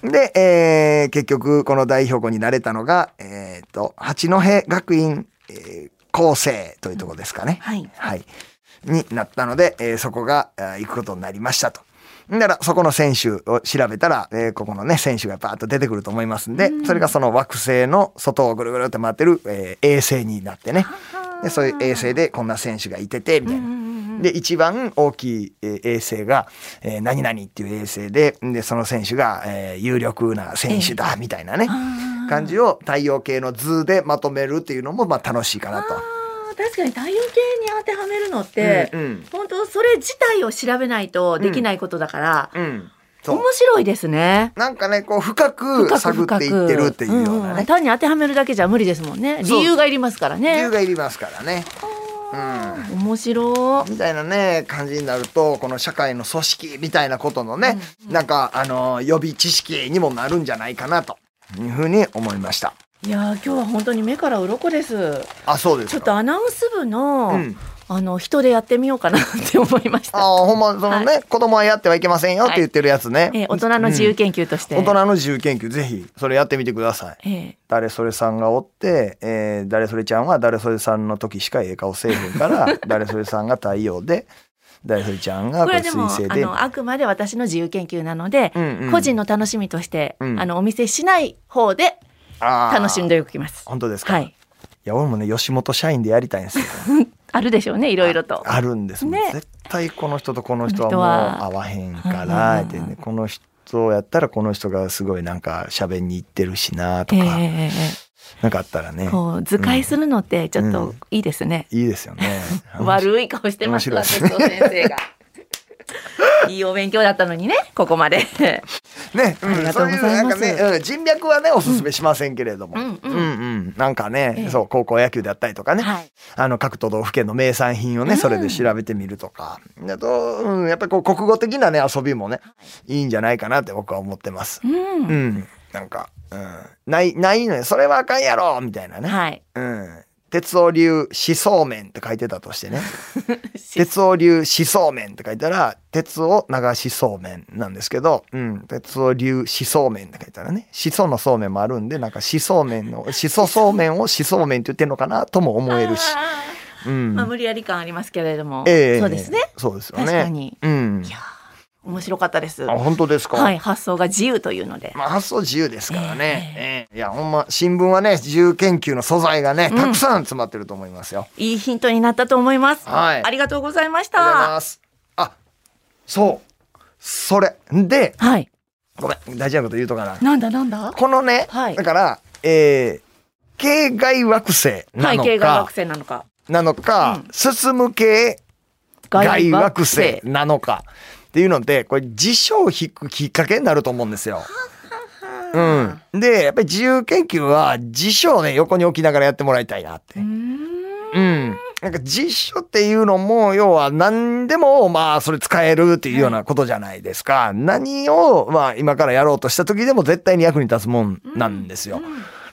Speaker 2: で、えー結局、この代表校になれたのが、えっ、と、八戸学院、えー、構成というところですかね。
Speaker 3: はい
Speaker 2: はい。になったので、えーそこが、あー行くことになりましたと。なら、そこの選手を調べたら、えーここのね、選手がバーッと出てくると思いますんで、それがその惑星の外をぐるぐるって回ってる、えー衛星になってね。で、そういう衛星でこんな選手がいてて、みたいな。で、一番大きい、えー衛星が、えー何々っていう衛星で、で、その選手が、えー有力な選手だ、みたいなね、感じを太陽系の図でまとめるっていうのも、まあ楽しいかなと。
Speaker 3: あー確かに太陽系に当てはめるのって、
Speaker 2: うんうん
Speaker 3: 本当それ自体を調べないとできないことだから、
Speaker 2: うん。そう
Speaker 3: 面。白いですね。
Speaker 2: なんかね、こう、深
Speaker 3: 深
Speaker 2: く
Speaker 3: く
Speaker 2: 探
Speaker 3: 深
Speaker 2: っていってるっていうような
Speaker 3: うん
Speaker 2: ね。
Speaker 3: 単に当てはめるだけじゃ無理ですもんね。
Speaker 2: そう
Speaker 3: 理由がいりますから
Speaker 2: 理由
Speaker 3: ね。
Speaker 2: がいりますからね。うん。
Speaker 3: 面白い。
Speaker 2: みたいなね感じになるとこの社会の組織みたいなことのね、なんかあの予備知識にもなるんじゃないかなというふうに思いました
Speaker 3: いやー今日は本当に目から鱗です。
Speaker 2: あそうです
Speaker 3: ち
Speaker 2: か
Speaker 3: ょっとアナウンス部の、
Speaker 2: うん
Speaker 3: あの人でやってみようかなって思いまし
Speaker 2: あ
Speaker 3: た。
Speaker 2: ほんまそのね、
Speaker 3: は
Speaker 2: 子供はやってはいけませんよって言ってるやつね、
Speaker 3: えー大人の自由研究として。
Speaker 2: うん大人の自由研究ぜひそれやってみてください
Speaker 3: え
Speaker 2: 誰それさんがおって、えー誰それちゃんは誰それさんの時しかええ顔せえへんから 誰それさんが太陽で誰それちゃん
Speaker 3: ー
Speaker 2: が
Speaker 3: こ
Speaker 2: これ
Speaker 3: れはで
Speaker 2: 水
Speaker 3: も
Speaker 2: 星
Speaker 3: あ
Speaker 2: で
Speaker 3: のあくまで私の自由研究なので、
Speaker 2: うんうん
Speaker 3: 個人の楽しみとして、
Speaker 2: うん
Speaker 3: あのお見せしない方で楽しん
Speaker 2: で
Speaker 3: でおきます。
Speaker 2: 本当ですか、
Speaker 3: はい。
Speaker 2: いや俺もね吉本社員でやりたいん ですよ
Speaker 3: あるでしょうねいろいろと。
Speaker 2: あるんです、もう
Speaker 3: ね
Speaker 2: 絶対この人とこの人
Speaker 3: この人
Speaker 2: は
Speaker 3: は
Speaker 2: もう合わへんか
Speaker 3: う
Speaker 2: ら
Speaker 3: ん
Speaker 2: で、ね、この人やったらこの人がすごいなんか喋りに行ってるしなと
Speaker 3: ええ
Speaker 2: か、
Speaker 3: ええ
Speaker 2: なんかあったら
Speaker 3: ええ
Speaker 2: ね
Speaker 3: こう図解するのってちょっといいですね。
Speaker 2: いいですよ ね
Speaker 3: 悪い顔してます
Speaker 2: 面
Speaker 3: わ
Speaker 2: 白
Speaker 3: 哲
Speaker 2: いで
Speaker 3: 夫先生が。いいお勉強だったのにねここまで。
Speaker 2: ね、
Speaker 3: あり
Speaker 2: ん、
Speaker 3: が
Speaker 2: そ
Speaker 3: と
Speaker 2: う
Speaker 3: う
Speaker 2: い
Speaker 3: ご
Speaker 2: う
Speaker 3: ざ
Speaker 2: ないん
Speaker 3: ま
Speaker 2: か
Speaker 3: す
Speaker 2: ね、うん人脈はねおすすめしませんけれども、
Speaker 3: うんうん
Speaker 2: うんなんかね、
Speaker 3: ええ
Speaker 2: そう高校野球であったりとかね、
Speaker 3: はい
Speaker 2: あの各都道府県の名産品をね、それで調べてみるとかだと、うん、やっぱりこう国語的なね遊びもねいいんじゃないかなって僕は思ってます。
Speaker 3: うん
Speaker 2: うん、なんか、うん、ない、ないのよ。それはあかんやろみたいなね。
Speaker 3: はい。
Speaker 2: うん。哲夫流思想面って書いてたとしてね。哲夫流思想面って書いたら、哲夫流しそうめんなんですけど、うん。哲夫流思想面って書いたらね、思想のそうめんもあるんで、なんか思想面 の、思想そうめんを思想面って言ってんのかなとも思えるし。
Speaker 3: あー
Speaker 2: うん。
Speaker 3: まあ無理やり感ありますけれども、
Speaker 2: ええ
Speaker 3: そうですね。。
Speaker 2: そうですよね。
Speaker 3: 確かに
Speaker 2: うん。
Speaker 3: いやー面白かったです。
Speaker 2: あ、
Speaker 3: は
Speaker 2: 本当ですか。
Speaker 3: い、発想が自由というので。
Speaker 2: まあ、発想自由ですからね、ええいやほんま新聞はね自由研究の素材がねたくさん詰まってると思いますよ。
Speaker 3: いいヒントになったと思います。
Speaker 2: はい
Speaker 3: ありがとうございまし
Speaker 2: ありがとうござい
Speaker 3: た。
Speaker 2: ます。あそうそれで
Speaker 3: はい。
Speaker 2: ごめん大事なこと言うとかな。
Speaker 3: なんだなんだ。
Speaker 2: このね、
Speaker 3: はい
Speaker 2: だから、えー、系外惑星な
Speaker 3: はい、
Speaker 2: の
Speaker 3: 系外惑
Speaker 2: か
Speaker 3: 星なのか。
Speaker 2: なのか、進む系外惑星なのかっていうのでこれ辞書を引くきっかけになると思うんですよ。うん、でやっぱり自由研究は辞書をね横に置きながらやってもらいたいなって。うん、なんか辞書っていうのも要は何でもまあそれ使えるっていうようなことじゃないですか、何をまあ今からやろうとした時でも絶対に役に立つもんなんですよ。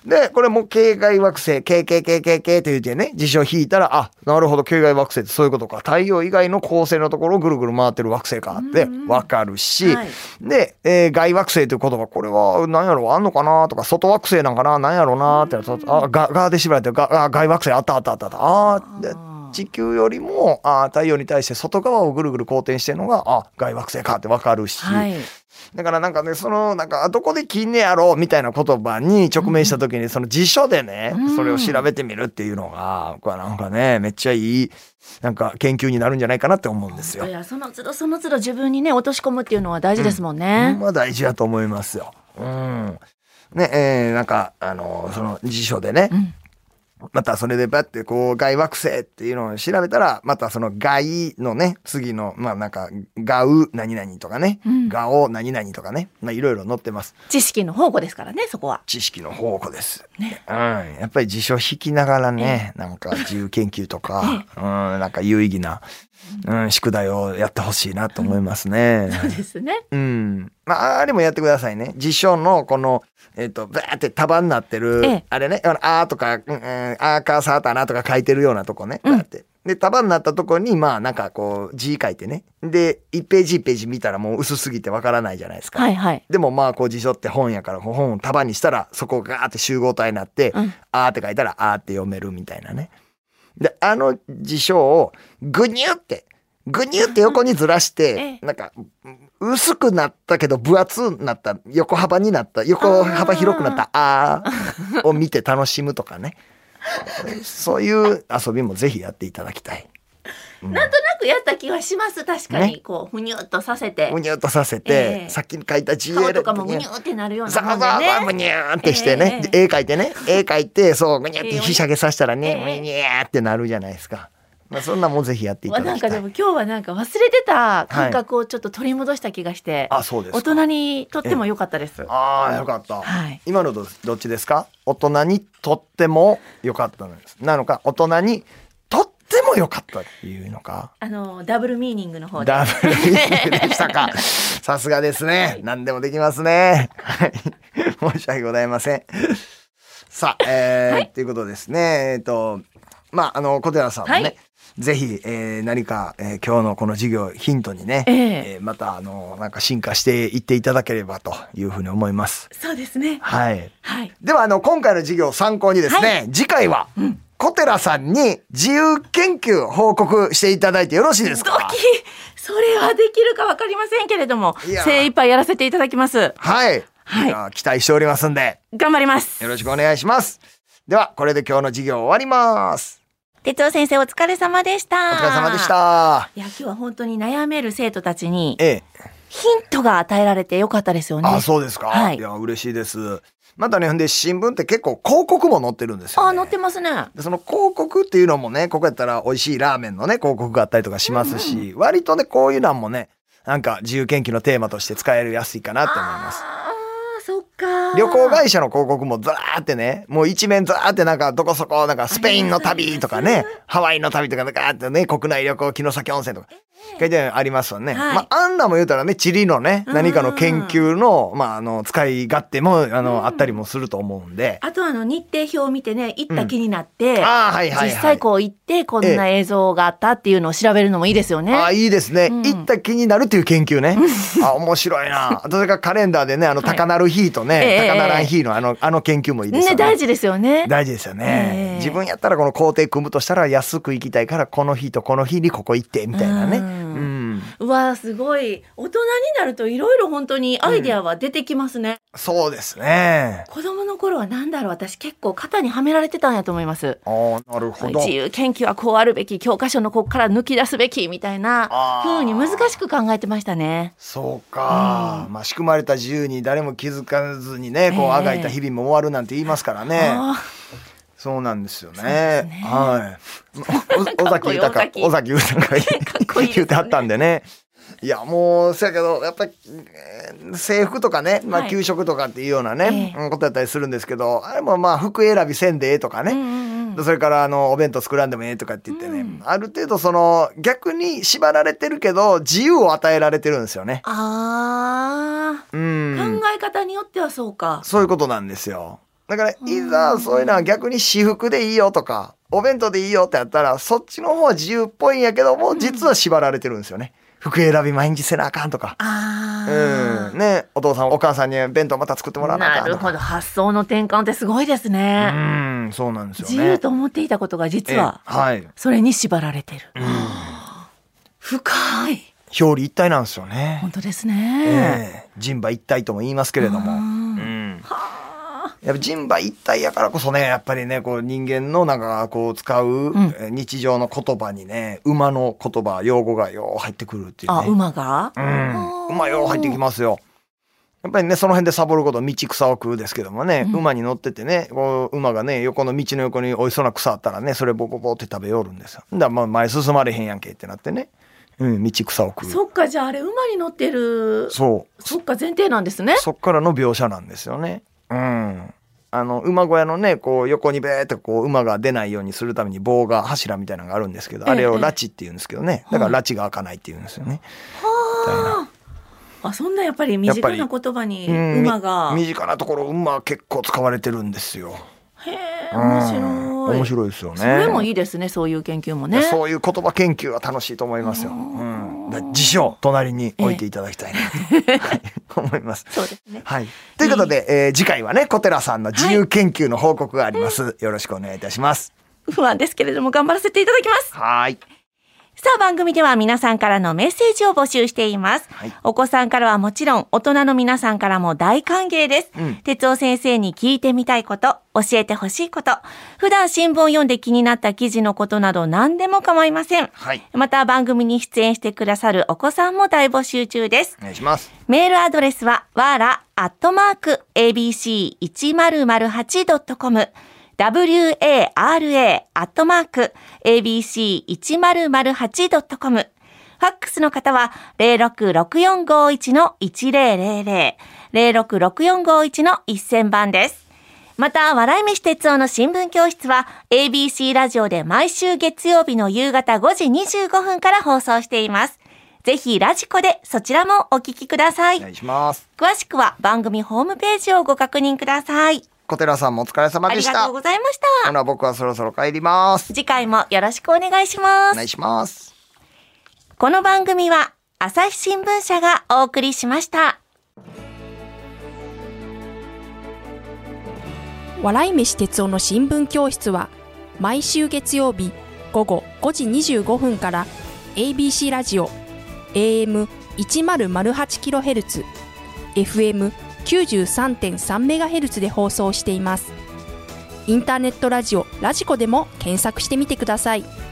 Speaker 2: でこれも形外惑星 KKKKK って言ってね辞書を引いたらあなるほど形外惑星ってそういうことか太陽以外の恒星のところをぐるぐる回ってる惑星かって分かるし、
Speaker 3: はい
Speaker 2: で、えー外惑星という言葉これは何やろあんのかなとか外惑星なんかな何やろなってやつあががで縛られてるがあ外惑星あったあったあったあったあーで地球よりもあー太陽に対して外側をぐるぐる公転してるのがあ外惑星かって分かるし、
Speaker 3: はい。
Speaker 2: だからなんかねそのなんかあどこで切んねやろうみたいな言葉に直面した時にその辞書でね、それを調べてみるっていうのがこれなんかねめっちゃいいなんか研究になるんじゃないかなって思うんですよ
Speaker 3: い。や、その都度その都度自分にね、落とし込むっていうのは大事ですもんね。
Speaker 2: まあ大事だと思いますよ。うん。ね、えーなんか、あのその辞書でね、またそれでバッてこう、外惑星っていうのを調べたら、またその外のね、次の、まあなんか、ガウ何々とかね、ガオ何々とかね、まあいろいろ載ってます。
Speaker 3: 知識の宝庫ですからね、そこは。
Speaker 2: 知識の宝庫です。うん。やっぱり辞書引きながらね、なんか自由研究と か、うん、なんか有意義な、うん、宿題をやってほしいなと思います ね。
Speaker 3: そうですね。
Speaker 2: うん。まあ、あれもやってくださいね。辞書の、この、えっ、と、ばーって束になってる、
Speaker 3: ええ
Speaker 2: あれね、あのあーとか、うん、うんあーかさーたなとか書いてるようなとこね。バーって。で、束になったとこに、まあ、なんかこう、字書いてね。で、1ページ1ページ見たらもう薄すぎてわからないじゃないですか。
Speaker 3: はいはい。
Speaker 2: でもまあこう辞書って本やからこう本を束にしたらそこがガーって集合体になって、
Speaker 3: うん
Speaker 2: あーって書いたらあーって読めるみたいなね。であの辞書をぐにゅってぐにゅって横にずらして
Speaker 3: え、え
Speaker 2: なんか、薄くなったけど分厚くなった、横幅になった、横幅広くなった、あーを 見て楽しむとかね。そういう遊びもぜひやっていただきたい。
Speaker 3: なんとなくやった気はします確かに、
Speaker 2: ね
Speaker 3: こうふにゅっとさせて
Speaker 2: むにゅっとさせて、
Speaker 3: ええ
Speaker 2: さっき書いた GL
Speaker 3: 顔とかも
Speaker 2: ぐ
Speaker 3: ふ
Speaker 2: にゅ
Speaker 3: にゅってなるよう
Speaker 2: ざ
Speaker 3: なも
Speaker 2: わ
Speaker 3: ん
Speaker 2: ざわざ
Speaker 3: で
Speaker 2: む
Speaker 3: ね
Speaker 2: にゃーってしてね、
Speaker 3: え
Speaker 2: 絵描いてね絵描いてそうぐにゃって
Speaker 3: ええ
Speaker 2: ひしゃげさせたらね、
Speaker 3: ええ
Speaker 2: むにゃーってなるじゃないですか、まあ、そんなもんぜひやってい
Speaker 3: わ
Speaker 2: た
Speaker 3: な
Speaker 2: だ
Speaker 3: ん
Speaker 2: き
Speaker 3: か
Speaker 2: た
Speaker 3: で
Speaker 2: い
Speaker 3: も今日はなんか忘れてた感覚をちょっと取り戻した気がして、
Speaker 2: あそうですか
Speaker 3: 大人にとっても良かったです、
Speaker 2: ああよかった、
Speaker 3: はい
Speaker 2: 今のどどっちですか大人にとってもよかったのですなのか大人にとってもよかったっていうのか
Speaker 3: あのダブルミーニングの方で
Speaker 2: ダブルミーティングでしたか。さすがですね。何でもできますね。はい。申し訳ございません。さあ、えーということですね。えっ、と、まあ、あの、小寺さんもね、
Speaker 3: はい
Speaker 2: ぜひ、えー何か、えー今日のこの授業をヒントにね、
Speaker 3: ええ
Speaker 2: ーまた、あの、なんか進化していっていただければというふうに思います。
Speaker 3: そうですね
Speaker 2: はい。
Speaker 3: はい
Speaker 2: ではあの今回の授業を参考にですね、
Speaker 3: は
Speaker 2: 次回は小寺さんに自由研究報告していただいてよろしいです
Speaker 3: ド
Speaker 2: か
Speaker 3: キそれはできるかわかりませんけれども
Speaker 2: いやー
Speaker 3: 精一杯やらせていただきます
Speaker 2: はい。
Speaker 3: はい
Speaker 2: や期待しておりますんで、
Speaker 3: 頑張ります
Speaker 2: よろしくお願いします。では、これで今日の授業終わります。
Speaker 3: 哲夫先生お疲れ様でした
Speaker 2: お疲れ様でした。
Speaker 3: いや今日は本当に悩める生徒たちに
Speaker 2: ええ。
Speaker 3: ヒントが与えられてよかったですよね
Speaker 2: あ、そうですか。
Speaker 3: はい
Speaker 2: いや、嬉しいです。またね、ほんで、新聞って結構広告も載ってるんですよ、ね。
Speaker 3: あ載ってますね
Speaker 2: でその広告っていうのもねここやったら美味しいラーメンのね広告があったりとかしますし、割とねこういうなんもねなんか自由研究のテーマとして使えるやすいかなと思います。
Speaker 3: あーそっか
Speaker 2: 旅行会社の広告もザーってねもう一面ザーってなんかどこそこなんかスペインの旅とかねハワイの旅とかなんかあってね国内旅行城崎温泉とか書いてありますよね。
Speaker 3: はい
Speaker 2: まああんなも言うたらね地理のね何かの研究の,、まあ、あの使い勝手もあの、あったりもすると思うんで。
Speaker 3: あとあの日程表を見てね行った気になって、
Speaker 2: あーはいはいはい、
Speaker 3: 実際こう行ってこんな映像があったっていうのを調べるのもいいですよね。
Speaker 2: あいいですね、
Speaker 3: うん
Speaker 2: 行った気になるという研究ね。あ面白いな。それからカレンダーでねあの
Speaker 3: はい
Speaker 2: 高なる日とね、
Speaker 3: ええ
Speaker 2: 高ならん日のあのあの研究もいいですよ
Speaker 3: ね
Speaker 2: ね。
Speaker 3: 大事ですよね。
Speaker 2: 大事ですよね、
Speaker 3: ええ
Speaker 2: 自分やったらこの工程組むとしたら安く行きたいからこの日とこの日にここ行ってみたいなね。
Speaker 3: う
Speaker 2: うんん。
Speaker 3: うわすごい大人になるといろいろ本当にアイデアは出てきますね、
Speaker 2: そうですね。
Speaker 3: 子供の頃はなんだろう私結構肩にはめられてたんやと思います
Speaker 2: あーなるほど。
Speaker 3: 自由研究はこうあるべき教科書のここから抜き出すべきみたいな
Speaker 2: あ
Speaker 3: ふ
Speaker 2: ー
Speaker 3: うに難しく考えてましたね
Speaker 2: そうか、まあ仕組まれた自由に誰も気づかずにねこ
Speaker 3: ええ
Speaker 2: うあがいた日々も終わるなんて言いますからね。
Speaker 3: あ
Speaker 2: そうなんですよね。
Speaker 3: ですね
Speaker 2: はい。 おお尾
Speaker 3: かっ
Speaker 2: 崎
Speaker 3: こいい
Speaker 2: 豊、
Speaker 3: 尾
Speaker 2: 尾崎豊が
Speaker 3: っこいいですね
Speaker 2: 言うてはったんでね。いやもうせやけどやっぱり、えー制服とかね、ま
Speaker 3: は
Speaker 2: あ、
Speaker 3: い
Speaker 2: 給食とかっていうようなね、
Speaker 3: ええ
Speaker 2: うんことやったりするんですけどあれもまあ服選びせんでええとか
Speaker 3: ーう
Speaker 2: ね、
Speaker 3: んうんうん
Speaker 2: それからあのお弁当作らんでもええとかって言ってね、
Speaker 3: うん
Speaker 2: ある程度その逆に縛られてるけど自由を与えられてるんですよね。
Speaker 3: あ
Speaker 2: う
Speaker 3: ー、
Speaker 2: ん、
Speaker 3: 考え方によってはそうか
Speaker 2: そういうことなんですよ。だから、いざそういうのは逆に私服でいいよとか、お弁当でいいよってやったら、そっちの方は自由っぽいんやけども、実は縛られてるんですよね。服選び毎日せなあかんとか。
Speaker 3: あー、
Speaker 2: うん。ね、お父さんお母さんに弁当また作ってもらわなあ
Speaker 3: な
Speaker 2: かん
Speaker 3: る
Speaker 2: とか。
Speaker 3: ほど発想の転換ってすごいですね、
Speaker 2: うん、そうなんですよ
Speaker 3: 自
Speaker 2: ね。
Speaker 3: 由と思っていたことが実は
Speaker 2: ええはい。
Speaker 3: それに縛られてる、深い
Speaker 2: 表裏一体なんですよね
Speaker 3: 本。当です
Speaker 2: え
Speaker 3: ね、
Speaker 2: え人馬一体とも言いますけれども。
Speaker 3: うん
Speaker 2: うん。
Speaker 3: はあ
Speaker 2: やっぱ人馬一体やからこそねやっぱりねこう人間のなんかこう使う、
Speaker 3: ん
Speaker 2: えー日常の言葉にね馬の言葉用語がよう入ってくるっていう
Speaker 3: あ、
Speaker 2: ね
Speaker 3: 馬が、
Speaker 2: うん、馬よう入ってきますよやっぱりねその辺でサボること道草を食うですけどもね、
Speaker 3: うん
Speaker 2: 馬に乗っててねこう馬がね横の道の横においしそうな草あったらねそれボボボって食べよるんですよだからまあ前進まれへんやんけってなってね、うん、道草を食う
Speaker 3: そっかじゃああれ馬に乗ってるそ
Speaker 2: そう
Speaker 3: っか前提なんですね
Speaker 2: そっからの描写なんですよね。うん。あの馬小屋のねこう横にべーってこう馬が出ないようにするために棒が柱みたいなのがあるんですけど、
Speaker 3: ええ
Speaker 2: あれ
Speaker 3: え
Speaker 2: を
Speaker 3: え
Speaker 2: 拉致って言うんですけどねだから拉致が開かないって言うんですよね。
Speaker 3: はああそんなやっぱり身近な
Speaker 2: やっ
Speaker 3: 言葉に
Speaker 2: うん
Speaker 3: 馬が
Speaker 2: み身近なところ馬結構使われてるんですよ。
Speaker 3: へえ
Speaker 2: うん
Speaker 3: 面白い
Speaker 2: 面白いですよね。
Speaker 3: それもいいですねそういう研究もね
Speaker 2: そういう言葉研究は楽しいと思いますよ。うん、だ辞書を隣に置いていただきたいなと、はい 思います。
Speaker 3: そうですね
Speaker 2: はい。ということで、えー次回はね、小寺さんの自由研究の報告があります。よろしくお願いいたします。
Speaker 3: 不安ですけれども頑張らせていただきます
Speaker 2: はーい。
Speaker 3: さあ番組では皆さんからのメッセージを募集しています。
Speaker 2: はい
Speaker 3: お子さんからはもちろん大人の皆さんからも大歓迎です。
Speaker 2: うん
Speaker 3: 哲夫先生に聞いてみたいこと、教えてほしいこと、普段新聞を読んで気になった記事のことなど何でも構いません。
Speaker 2: はい。
Speaker 3: また番組に出演してくださるお子さんも大募集中です。
Speaker 2: お願いします。
Speaker 3: メールアドレスは、わら、アットマーク、abc1008.com、wara、アットマーク、abc1008.com。ファックスの方は、066451-1000、066451-1000番です。また、笑い飯哲夫の新聞教室は、ABC ラジオで毎週月曜日の夕方5時25分から放送しています。ぜひ、ラジコでそちらもお聞きください
Speaker 2: お。願いします。
Speaker 3: 詳しくは番組ホームページをご確認ください。
Speaker 2: 小寺さんもお疲れ様
Speaker 3: あ
Speaker 2: で
Speaker 3: り
Speaker 2: し
Speaker 3: が
Speaker 2: た。
Speaker 3: とう
Speaker 2: ほ
Speaker 3: ございまし
Speaker 2: な、僕はそろそろ帰ります
Speaker 3: た。。次回もよろしくお願いしま
Speaker 2: お
Speaker 3: す
Speaker 2: 願。いします。
Speaker 3: この番組は朝日新聞社がお送りしました。
Speaker 1: 笑い飯哲夫の新聞教室は毎週月曜日午後5時25分から ABC ラジオ AM1008kHz FM93.3MHz で放送していますインターネットラジオラジコでも検索してみてください